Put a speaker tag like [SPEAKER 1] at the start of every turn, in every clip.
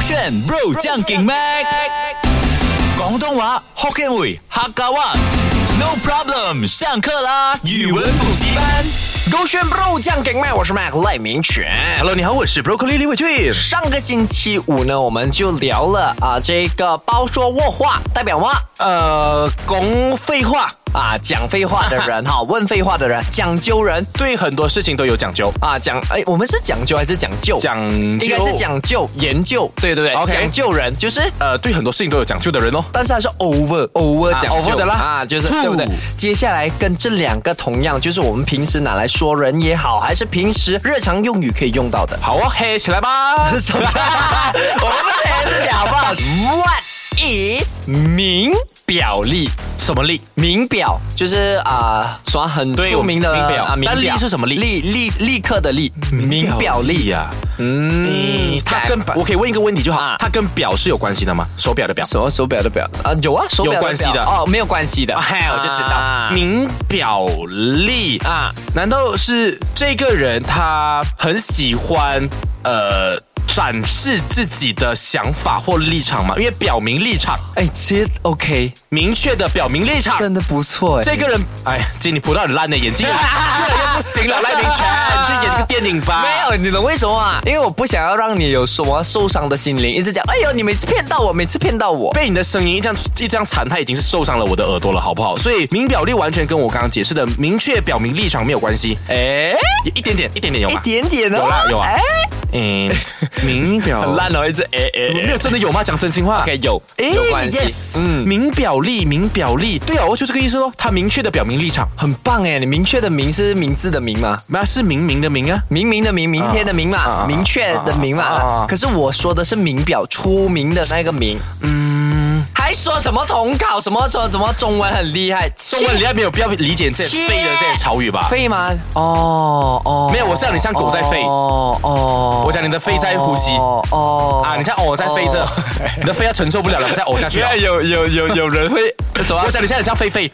[SPEAKER 1] 选 Bro 将劲 Mac，广东话 Hokkien 语客家话。No problem，上课啦！语文补习班。
[SPEAKER 2] 勾选 Bro 酱给麦，我是 Mac 赖明全。
[SPEAKER 1] Hello，你好，我是 Broccoli 李伟俊。
[SPEAKER 2] 上个星期五呢，我们就聊了啊、这个包说卧话代表吗？
[SPEAKER 1] 呃，讲废话，
[SPEAKER 2] 啊，讲废话的人 哈，问废话的人，讲究人
[SPEAKER 1] 对很多事情都有讲究，
[SPEAKER 2] 啊，讲哎，我们是讲究还是讲究？
[SPEAKER 1] 讲究
[SPEAKER 2] 应该是讲究研究，对对对
[SPEAKER 1] OK
[SPEAKER 2] 讲究人就是。
[SPEAKER 1] 呃，对很多事情都有讲究的人哦。
[SPEAKER 2] 但是还是 over over
[SPEAKER 1] 啊
[SPEAKER 2] 讲究、
[SPEAKER 1] over 的啦
[SPEAKER 2] 啊，就是
[SPEAKER 1] 吐
[SPEAKER 2] 对不对？接下来跟这两个同样，就是我们平时拿来说人也好，还是平时日常用语可以用到的。
[SPEAKER 1] 好啊，黑起来 吧！
[SPEAKER 2] 什么？我们不是还是好不好？What is 名表力？
[SPEAKER 1] 什么力？
[SPEAKER 2] 名表就是啊，耍、很
[SPEAKER 1] 对
[SPEAKER 2] 著名的
[SPEAKER 1] 名表
[SPEAKER 2] 啊，名
[SPEAKER 1] 但力是什么力
[SPEAKER 2] 立立立刻的立，名表力
[SPEAKER 1] 呀、啊嗯，它
[SPEAKER 2] 改
[SPEAKER 1] 跟
[SPEAKER 2] 版
[SPEAKER 1] 我可以问一个问题就好，
[SPEAKER 2] 啊
[SPEAKER 1] 它跟表是有关系的吗？手表的表。
[SPEAKER 2] 什么手表的表啊？有啊，手表
[SPEAKER 1] 有关系的
[SPEAKER 2] 表哦，没有关系的，
[SPEAKER 1] 哎，我就知道
[SPEAKER 2] 啊
[SPEAKER 1] 名表力啊，
[SPEAKER 2] 啊
[SPEAKER 1] 难道是这个人他很喜欢呃展示自己的想法或立场吗？因为表明立场，
[SPEAKER 2] 哎，其实 OK，
[SPEAKER 1] 明确的表明立场。
[SPEAKER 2] 真的不错哎。
[SPEAKER 1] 这个人，哎，姐你葡萄很烂的，眼睛越 来越不行了，赖明权，你去演个电影吧。
[SPEAKER 2] 没有，你懂为什么啊？因为我不想要让你有什么受伤的心灵，一直讲，哎呦，你每次骗到我，每次骗到我。
[SPEAKER 1] 被你的声音一这样一这样惨，他已经是受伤了我的耳朵了，好不好？所以名表力完全跟我刚刚解释的明确表明立场没有关系，
[SPEAKER 2] 哎，
[SPEAKER 1] 一一点点，一点哎点有
[SPEAKER 2] 一
[SPEAKER 1] 吗？
[SPEAKER 2] 点点哦，
[SPEAKER 1] 有啦有啊
[SPEAKER 2] 哎，
[SPEAKER 1] 嗯，名表
[SPEAKER 2] 很烂哦，一直哎哎哎
[SPEAKER 1] 没有真的有吗？讲真心话。
[SPEAKER 2] OK，有，
[SPEAKER 1] 诶
[SPEAKER 2] 有关系
[SPEAKER 1] 哎 yes，嗯，
[SPEAKER 2] 嗯。
[SPEAKER 1] 名表力，名表力，对啊，我就这个意思咯。他明确的表明立场，
[SPEAKER 2] 很棒哎，你明确的明是名字的明嘛，
[SPEAKER 1] 那是明明的明啊。
[SPEAKER 2] 明明的明，明天的明嘛，
[SPEAKER 1] 啊
[SPEAKER 2] 明确的明嘛。
[SPEAKER 1] 啊啊
[SPEAKER 2] 可是我说的是名表出名的那个名，嗯，还说什么统考什么什么中文很厉害，
[SPEAKER 1] 中文你还没有必要理解这
[SPEAKER 2] 切
[SPEAKER 1] 废的这些潮语吧？
[SPEAKER 2] 肺吗？哦哦，
[SPEAKER 1] 没有我是让你像狗在吠
[SPEAKER 2] 哦哦，
[SPEAKER 1] 我讲你的肺在呼吸
[SPEAKER 2] 哦哦
[SPEAKER 1] 啊，你在呕，在飞着
[SPEAKER 2] 哦，
[SPEAKER 1] 你的肺要承受不了了，你再呕下去啊。
[SPEAKER 2] 有有有有人会什么
[SPEAKER 1] 我？讲你现在像狒狒，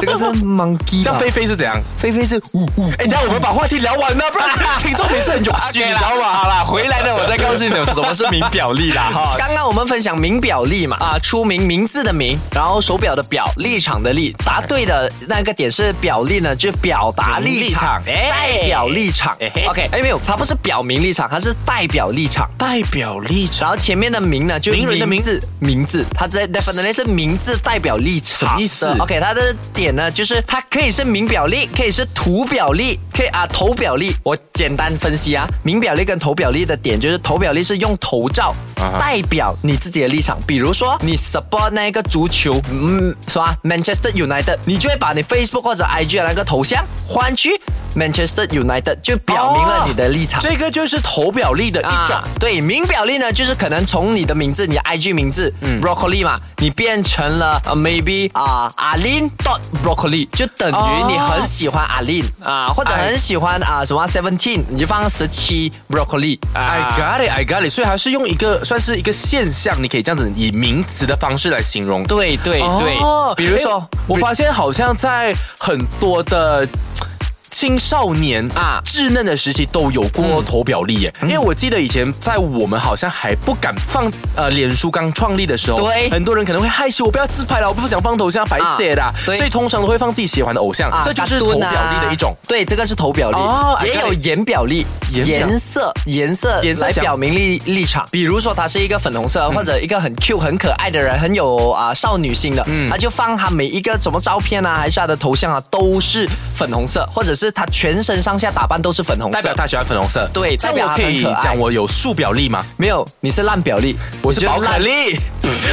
[SPEAKER 2] 这个是 monkey，
[SPEAKER 1] 这样
[SPEAKER 2] 吧
[SPEAKER 1] 狒狒是怎样？
[SPEAKER 2] 狒狒是呜呜，
[SPEAKER 1] 哎，等一下我们把话题聊完了，不然听众每次很有趣，你知道吗？
[SPEAKER 2] 好啦，回来呢，我再告诉你什么是名表力啦哈。刚刚我们分享名表力嘛，啊，出名名字的名，然后手表的表，立场的立，答对的那个点是表力呢，就表达立场，
[SPEAKER 1] 立场哎
[SPEAKER 2] 代表立场
[SPEAKER 1] 哎嘿。
[SPEAKER 2] OK，哎没有，它不是表明立场，它是代表立场。
[SPEAKER 1] 代表立场
[SPEAKER 2] 然后前面的名呢，就
[SPEAKER 1] 名人的名
[SPEAKER 2] 字，名字，它在 definitely 是名字代表立场
[SPEAKER 1] 什
[SPEAKER 2] 的。
[SPEAKER 1] 么意思
[SPEAKER 2] OK，它的点呢，就是它可以是名表力，可以是图表力，可以啊投表力。我简单分析啊，名表力跟投表力的点就是投表力是用头照
[SPEAKER 1] 哈
[SPEAKER 2] 代表你自己的立场，比如说你 support 那个足球，嗯，什么啊 Manchester United，你就会把你 Facebook 或者 IG 的那个头像换去 Manchester United，就表明了你的立场。
[SPEAKER 1] 哦这个就是投表力的一种
[SPEAKER 2] 啊。，对，名表力呢，就是可能从你的名字，你的 IG 名字、broccoli 嘛，你变成了、呃 maybe 啊、阿 Alin dot broccoli，就等于你很喜欢 Alin 啊、或者很喜欢啊、什么 seventeen，你就放十七 broccoli 啊
[SPEAKER 1] I got it, I got it。所以还是用一个算是一个现象，你可以这样子以名词的方式来形容。
[SPEAKER 2] 对对对、
[SPEAKER 1] 哦
[SPEAKER 2] 比如说、
[SPEAKER 1] 诶我发现好像在很多的。嘖青少年啊
[SPEAKER 2] 啊，嗯
[SPEAKER 1] 稚嫩的时期都有过投表力耶，因为我记得以前在我们好像还不敢放呃，脸书刚创立的时候，
[SPEAKER 2] 对
[SPEAKER 1] 很多人可能会害羞，我不要自拍了，我不想放头像，白色的啊、
[SPEAKER 2] 啊对啊
[SPEAKER 1] 所以通常都会放自己喜欢的偶像，这就是投
[SPEAKER 2] cartoon
[SPEAKER 1] 表力的一种
[SPEAKER 2] 啊。对，这个是投表力，
[SPEAKER 1] 哦
[SPEAKER 2] 也
[SPEAKER 1] I got
[SPEAKER 2] 有颜表力，
[SPEAKER 1] 颜表
[SPEAKER 2] 颜色颜色
[SPEAKER 1] 颜色
[SPEAKER 2] 来
[SPEAKER 1] 讲嗯
[SPEAKER 2] 表明立立场。比如说，他是一个粉红色，或者一个很 Q 很可爱的人，很有啊、少女心的，
[SPEAKER 1] 嗯
[SPEAKER 2] 他就放他每一个什么照片啊，还是他的头像啊，都是粉红色，或者是他全身上下打扮都是粉红色。
[SPEAKER 1] 代表他喜欢粉红色，
[SPEAKER 2] 对
[SPEAKER 1] 这样
[SPEAKER 2] 代表
[SPEAKER 1] 我
[SPEAKER 2] 他
[SPEAKER 1] 可以
[SPEAKER 2] 很可爱
[SPEAKER 1] 讲我有数表力吗？
[SPEAKER 2] 没有，你是烂表力，
[SPEAKER 1] 我是宝可
[SPEAKER 2] 力，
[SPEAKER 1] 力，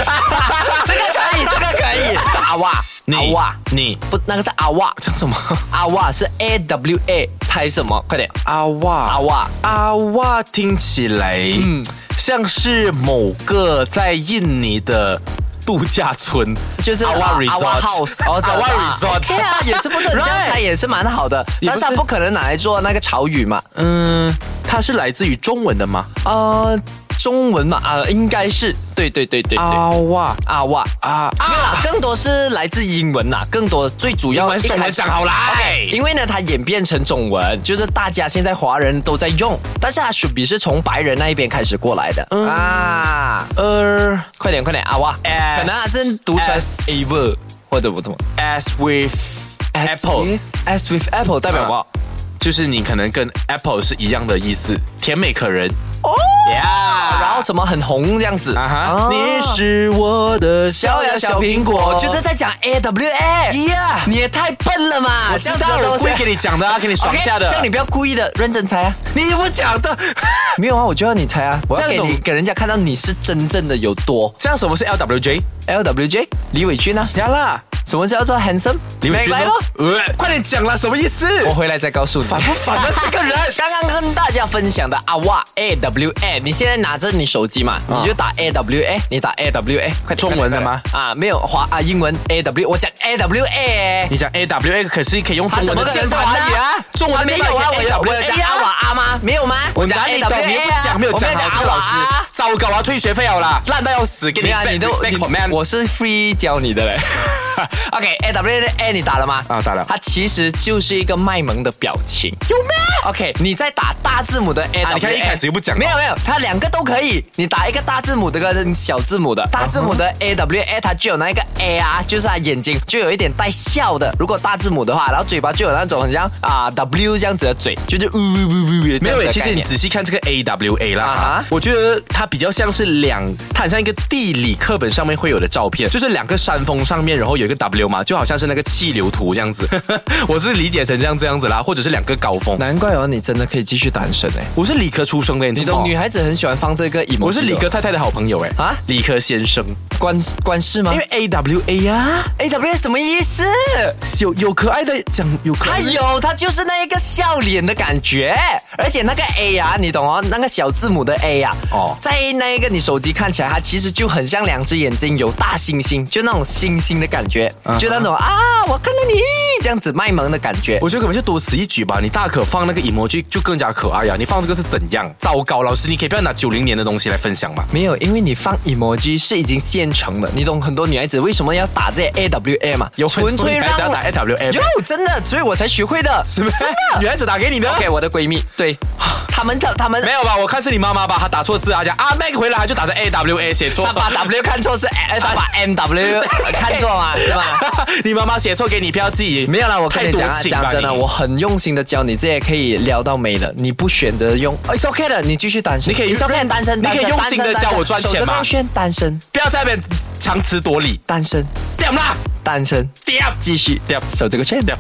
[SPEAKER 2] 这个可以，这个可 以，阿哇，阿
[SPEAKER 1] 你
[SPEAKER 2] 哇，
[SPEAKER 1] 你
[SPEAKER 2] 不，那个是阿哇，
[SPEAKER 1] 讲什么？
[SPEAKER 2] 阿哇是 A W A，猜什么？快点，
[SPEAKER 1] 阿哇
[SPEAKER 2] 阿哇。
[SPEAKER 1] 阿哇听起来，嗯，像是某个在印尼的度假村，
[SPEAKER 2] 就是啊
[SPEAKER 1] 阿哇 Resort，
[SPEAKER 2] 阿 House，哦
[SPEAKER 1] 阿哇 Resort，
[SPEAKER 2] 对啊，也是不错，你这样
[SPEAKER 1] Right
[SPEAKER 2] 猜也是蛮好的，
[SPEAKER 1] 也不
[SPEAKER 2] 但
[SPEAKER 1] 是
[SPEAKER 2] 是它
[SPEAKER 1] 嗯
[SPEAKER 2] 不可能拿来做那个潮语嘛，
[SPEAKER 1] 嗯，它是来自于中文的吗？
[SPEAKER 2] 呃，中文嘛啊，应该是对对对对对
[SPEAKER 1] 啊哇
[SPEAKER 2] 啊哇
[SPEAKER 1] 啊
[SPEAKER 2] 没有啦，
[SPEAKER 1] 啊！
[SPEAKER 2] 更多是来自英文啦，更多最主要
[SPEAKER 1] 英文
[SPEAKER 2] 一开
[SPEAKER 1] 中文讲好来
[SPEAKER 2] OK，因为呢，它演变成中文，就是大家现在华人都在用，但是它属于是从白人那一边开始过来的、
[SPEAKER 1] 嗯
[SPEAKER 2] 啊。
[SPEAKER 1] 呃
[SPEAKER 2] 快点快点啊哇，
[SPEAKER 1] S-
[SPEAKER 2] 可能它是读成
[SPEAKER 1] S-
[SPEAKER 2] ever 或者不怎么
[SPEAKER 1] ，as with apple，
[SPEAKER 2] as with apple 代表什么？
[SPEAKER 1] 就是你可能跟 apple 是一样的意思，甜美可人。
[SPEAKER 2] 哦然后什么很红这样子
[SPEAKER 1] 啊哈，
[SPEAKER 2] 哦
[SPEAKER 1] 你
[SPEAKER 2] 是
[SPEAKER 1] 是我的
[SPEAKER 2] 小
[SPEAKER 1] 小呀
[SPEAKER 2] 呀
[SPEAKER 1] 小
[SPEAKER 2] 小
[SPEAKER 1] 苹
[SPEAKER 2] 苹
[SPEAKER 1] 果
[SPEAKER 2] 果，，就是在讲 A W A。
[SPEAKER 1] 呀。
[SPEAKER 2] 你也太笨了嘛！
[SPEAKER 1] 我知道，我故意给
[SPEAKER 2] 你
[SPEAKER 1] 你讲的啊，给你爽下的。
[SPEAKER 2] 这样你不要故意的，认真猜啊！
[SPEAKER 1] 你不讲的，
[SPEAKER 2] 没有啊，我就要你猜啊！我要
[SPEAKER 1] 这
[SPEAKER 2] 给
[SPEAKER 1] 样
[SPEAKER 2] 你
[SPEAKER 1] 懂
[SPEAKER 2] 给人家看到你是真正的有多
[SPEAKER 1] 这样什么是 LWJ？
[SPEAKER 2] L W J 李伟俊啊？
[SPEAKER 1] 呀啦，
[SPEAKER 2] 什么叫做 handsome？
[SPEAKER 1] 李伟
[SPEAKER 2] 明
[SPEAKER 1] 君
[SPEAKER 2] 白
[SPEAKER 1] 哦
[SPEAKER 2] 不？
[SPEAKER 1] 呃哦快点讲啦，什么意思？
[SPEAKER 2] 我回来再告诉你。
[SPEAKER 1] 烦不烦啊这个人
[SPEAKER 2] 刚刚跟大家分享的阿哇 A W A，你现在拿着你手机嘛，你就打 A W A，你打 A W A，快点
[SPEAKER 1] 中文的吗？
[SPEAKER 2] 快点快点啊，没有华啊，英文 A W，我讲 A W A。
[SPEAKER 1] 你讲 A W A 可是可以用
[SPEAKER 2] 他
[SPEAKER 1] 中
[SPEAKER 2] 怎
[SPEAKER 1] 文
[SPEAKER 2] 么
[SPEAKER 1] 的
[SPEAKER 2] 可能
[SPEAKER 1] 键
[SPEAKER 2] 是
[SPEAKER 1] 盘
[SPEAKER 2] 华语啊？
[SPEAKER 1] 中文的
[SPEAKER 2] 没有啊，我有我有讲阿
[SPEAKER 1] 瓦
[SPEAKER 2] 瓦，阿吗？没有吗？我
[SPEAKER 1] 哪里懂？你又不讲，没有讲好，这个老师，
[SPEAKER 2] 啊
[SPEAKER 1] 糟糕，我要退学费好啦，烂到要死，给
[SPEAKER 2] 对
[SPEAKER 1] 你
[SPEAKER 2] 啊，
[SPEAKER 1] back-
[SPEAKER 2] 你都
[SPEAKER 1] back
[SPEAKER 2] 你
[SPEAKER 1] command
[SPEAKER 2] 我是 free 教你的嘞。OK A W A 你打了吗？
[SPEAKER 1] 啊打了
[SPEAKER 2] 它其实就是一个卖萌的表情。有吗？OK，你在打大字母的 A，
[SPEAKER 1] 啊你看一开始就不讲
[SPEAKER 2] 没有没有，它两个都可以。你打一个大字母的跟小字母的，
[SPEAKER 1] 啊
[SPEAKER 2] 大字母的 A W A 它就有那一个 A 啊，就是它眼睛就有一点带笑的。如果大字母的话，然后嘴巴就有那种很像啊 W 这样子的嘴，就是呜呜呜呜呜。
[SPEAKER 1] 没有欸诶，其实你仔细看这个 A W A 啦，
[SPEAKER 2] 啊哈
[SPEAKER 1] 我觉得它比较像是两，它很像一个地理课本上面会有的照片，就是两个山峰上面，然后有一个 W 嘛，就好像是那个气流图这样子。 我是理解成这样这样子啦，或者是两个高峰。
[SPEAKER 2] 难怪哦，你真的可以继续单身哎。
[SPEAKER 1] 我是理科出生的，你
[SPEAKER 2] 你
[SPEAKER 1] 知道
[SPEAKER 2] 懂
[SPEAKER 1] 吗
[SPEAKER 2] 女？孩子很喜欢放这个 emoji 的哦。
[SPEAKER 1] 哦我是理科太太的好朋友哎，
[SPEAKER 2] 啊
[SPEAKER 1] 理科先生，
[SPEAKER 2] 关关事吗
[SPEAKER 1] 因为 A W A 呀，
[SPEAKER 2] ？A W 什么意思？
[SPEAKER 1] 有有可爱的讲有可
[SPEAKER 2] 它
[SPEAKER 1] 爱的
[SPEAKER 2] 有，它就是那一个笑脸的感觉，而且那个 A 啊，你懂哦，那个小字母的 A 啊，
[SPEAKER 1] 哦
[SPEAKER 2] 哦，在那一个你手机看起来，它其实就很像两只眼睛有大星星，就那种星星的感觉，就那种啊，我看到你这样子卖萌的感觉。
[SPEAKER 1] 我觉得可能就多此一举吧。你大可放那个 emoji 就更加可爱啊呀、你放这个是怎样？糟糕，老师，你可以不要拿九零年的东西来分享嘛。
[SPEAKER 2] 没有，因为你放 emoji 是已经现成的，你懂很多女孩子为什么要打这些 A W 啊 A 嘛？
[SPEAKER 1] 有很多女孩子要打 AWA 呗
[SPEAKER 2] 哟，真的，所以我才学会的，
[SPEAKER 1] 什么？原来是打给你的
[SPEAKER 2] OK，我的闺蜜，对，他们的他们
[SPEAKER 1] 没有吧？我看是你妈妈吧，她打错字啊，讲啊 Mac 回来，她就打成 A W A 写错
[SPEAKER 2] 他。把 W 看错是，呃他把 M W 看错嘛，是吧？
[SPEAKER 1] 你妈妈写错给你，不要自己
[SPEAKER 2] 没有啦，我跟你讲啊，
[SPEAKER 1] 太多情吧
[SPEAKER 2] 讲真的，
[SPEAKER 1] 你
[SPEAKER 2] 我很用心的教你，这也可以聊到没了。你不选择用哦，It's OK 的，你继续单身，
[SPEAKER 1] 你可以
[SPEAKER 2] It's OK 单身，
[SPEAKER 1] 你可以
[SPEAKER 2] 单身
[SPEAKER 1] 用心地
[SPEAKER 2] 单身
[SPEAKER 1] 教我赚钱吗
[SPEAKER 2] 手着高轩单身，
[SPEAKER 1] 不要在那边强词夺理，
[SPEAKER 2] 单身，
[SPEAKER 1] 点啦，
[SPEAKER 2] 单身，
[SPEAKER 1] 点
[SPEAKER 2] 继续
[SPEAKER 1] 掉
[SPEAKER 2] 手这个圈
[SPEAKER 1] 掉。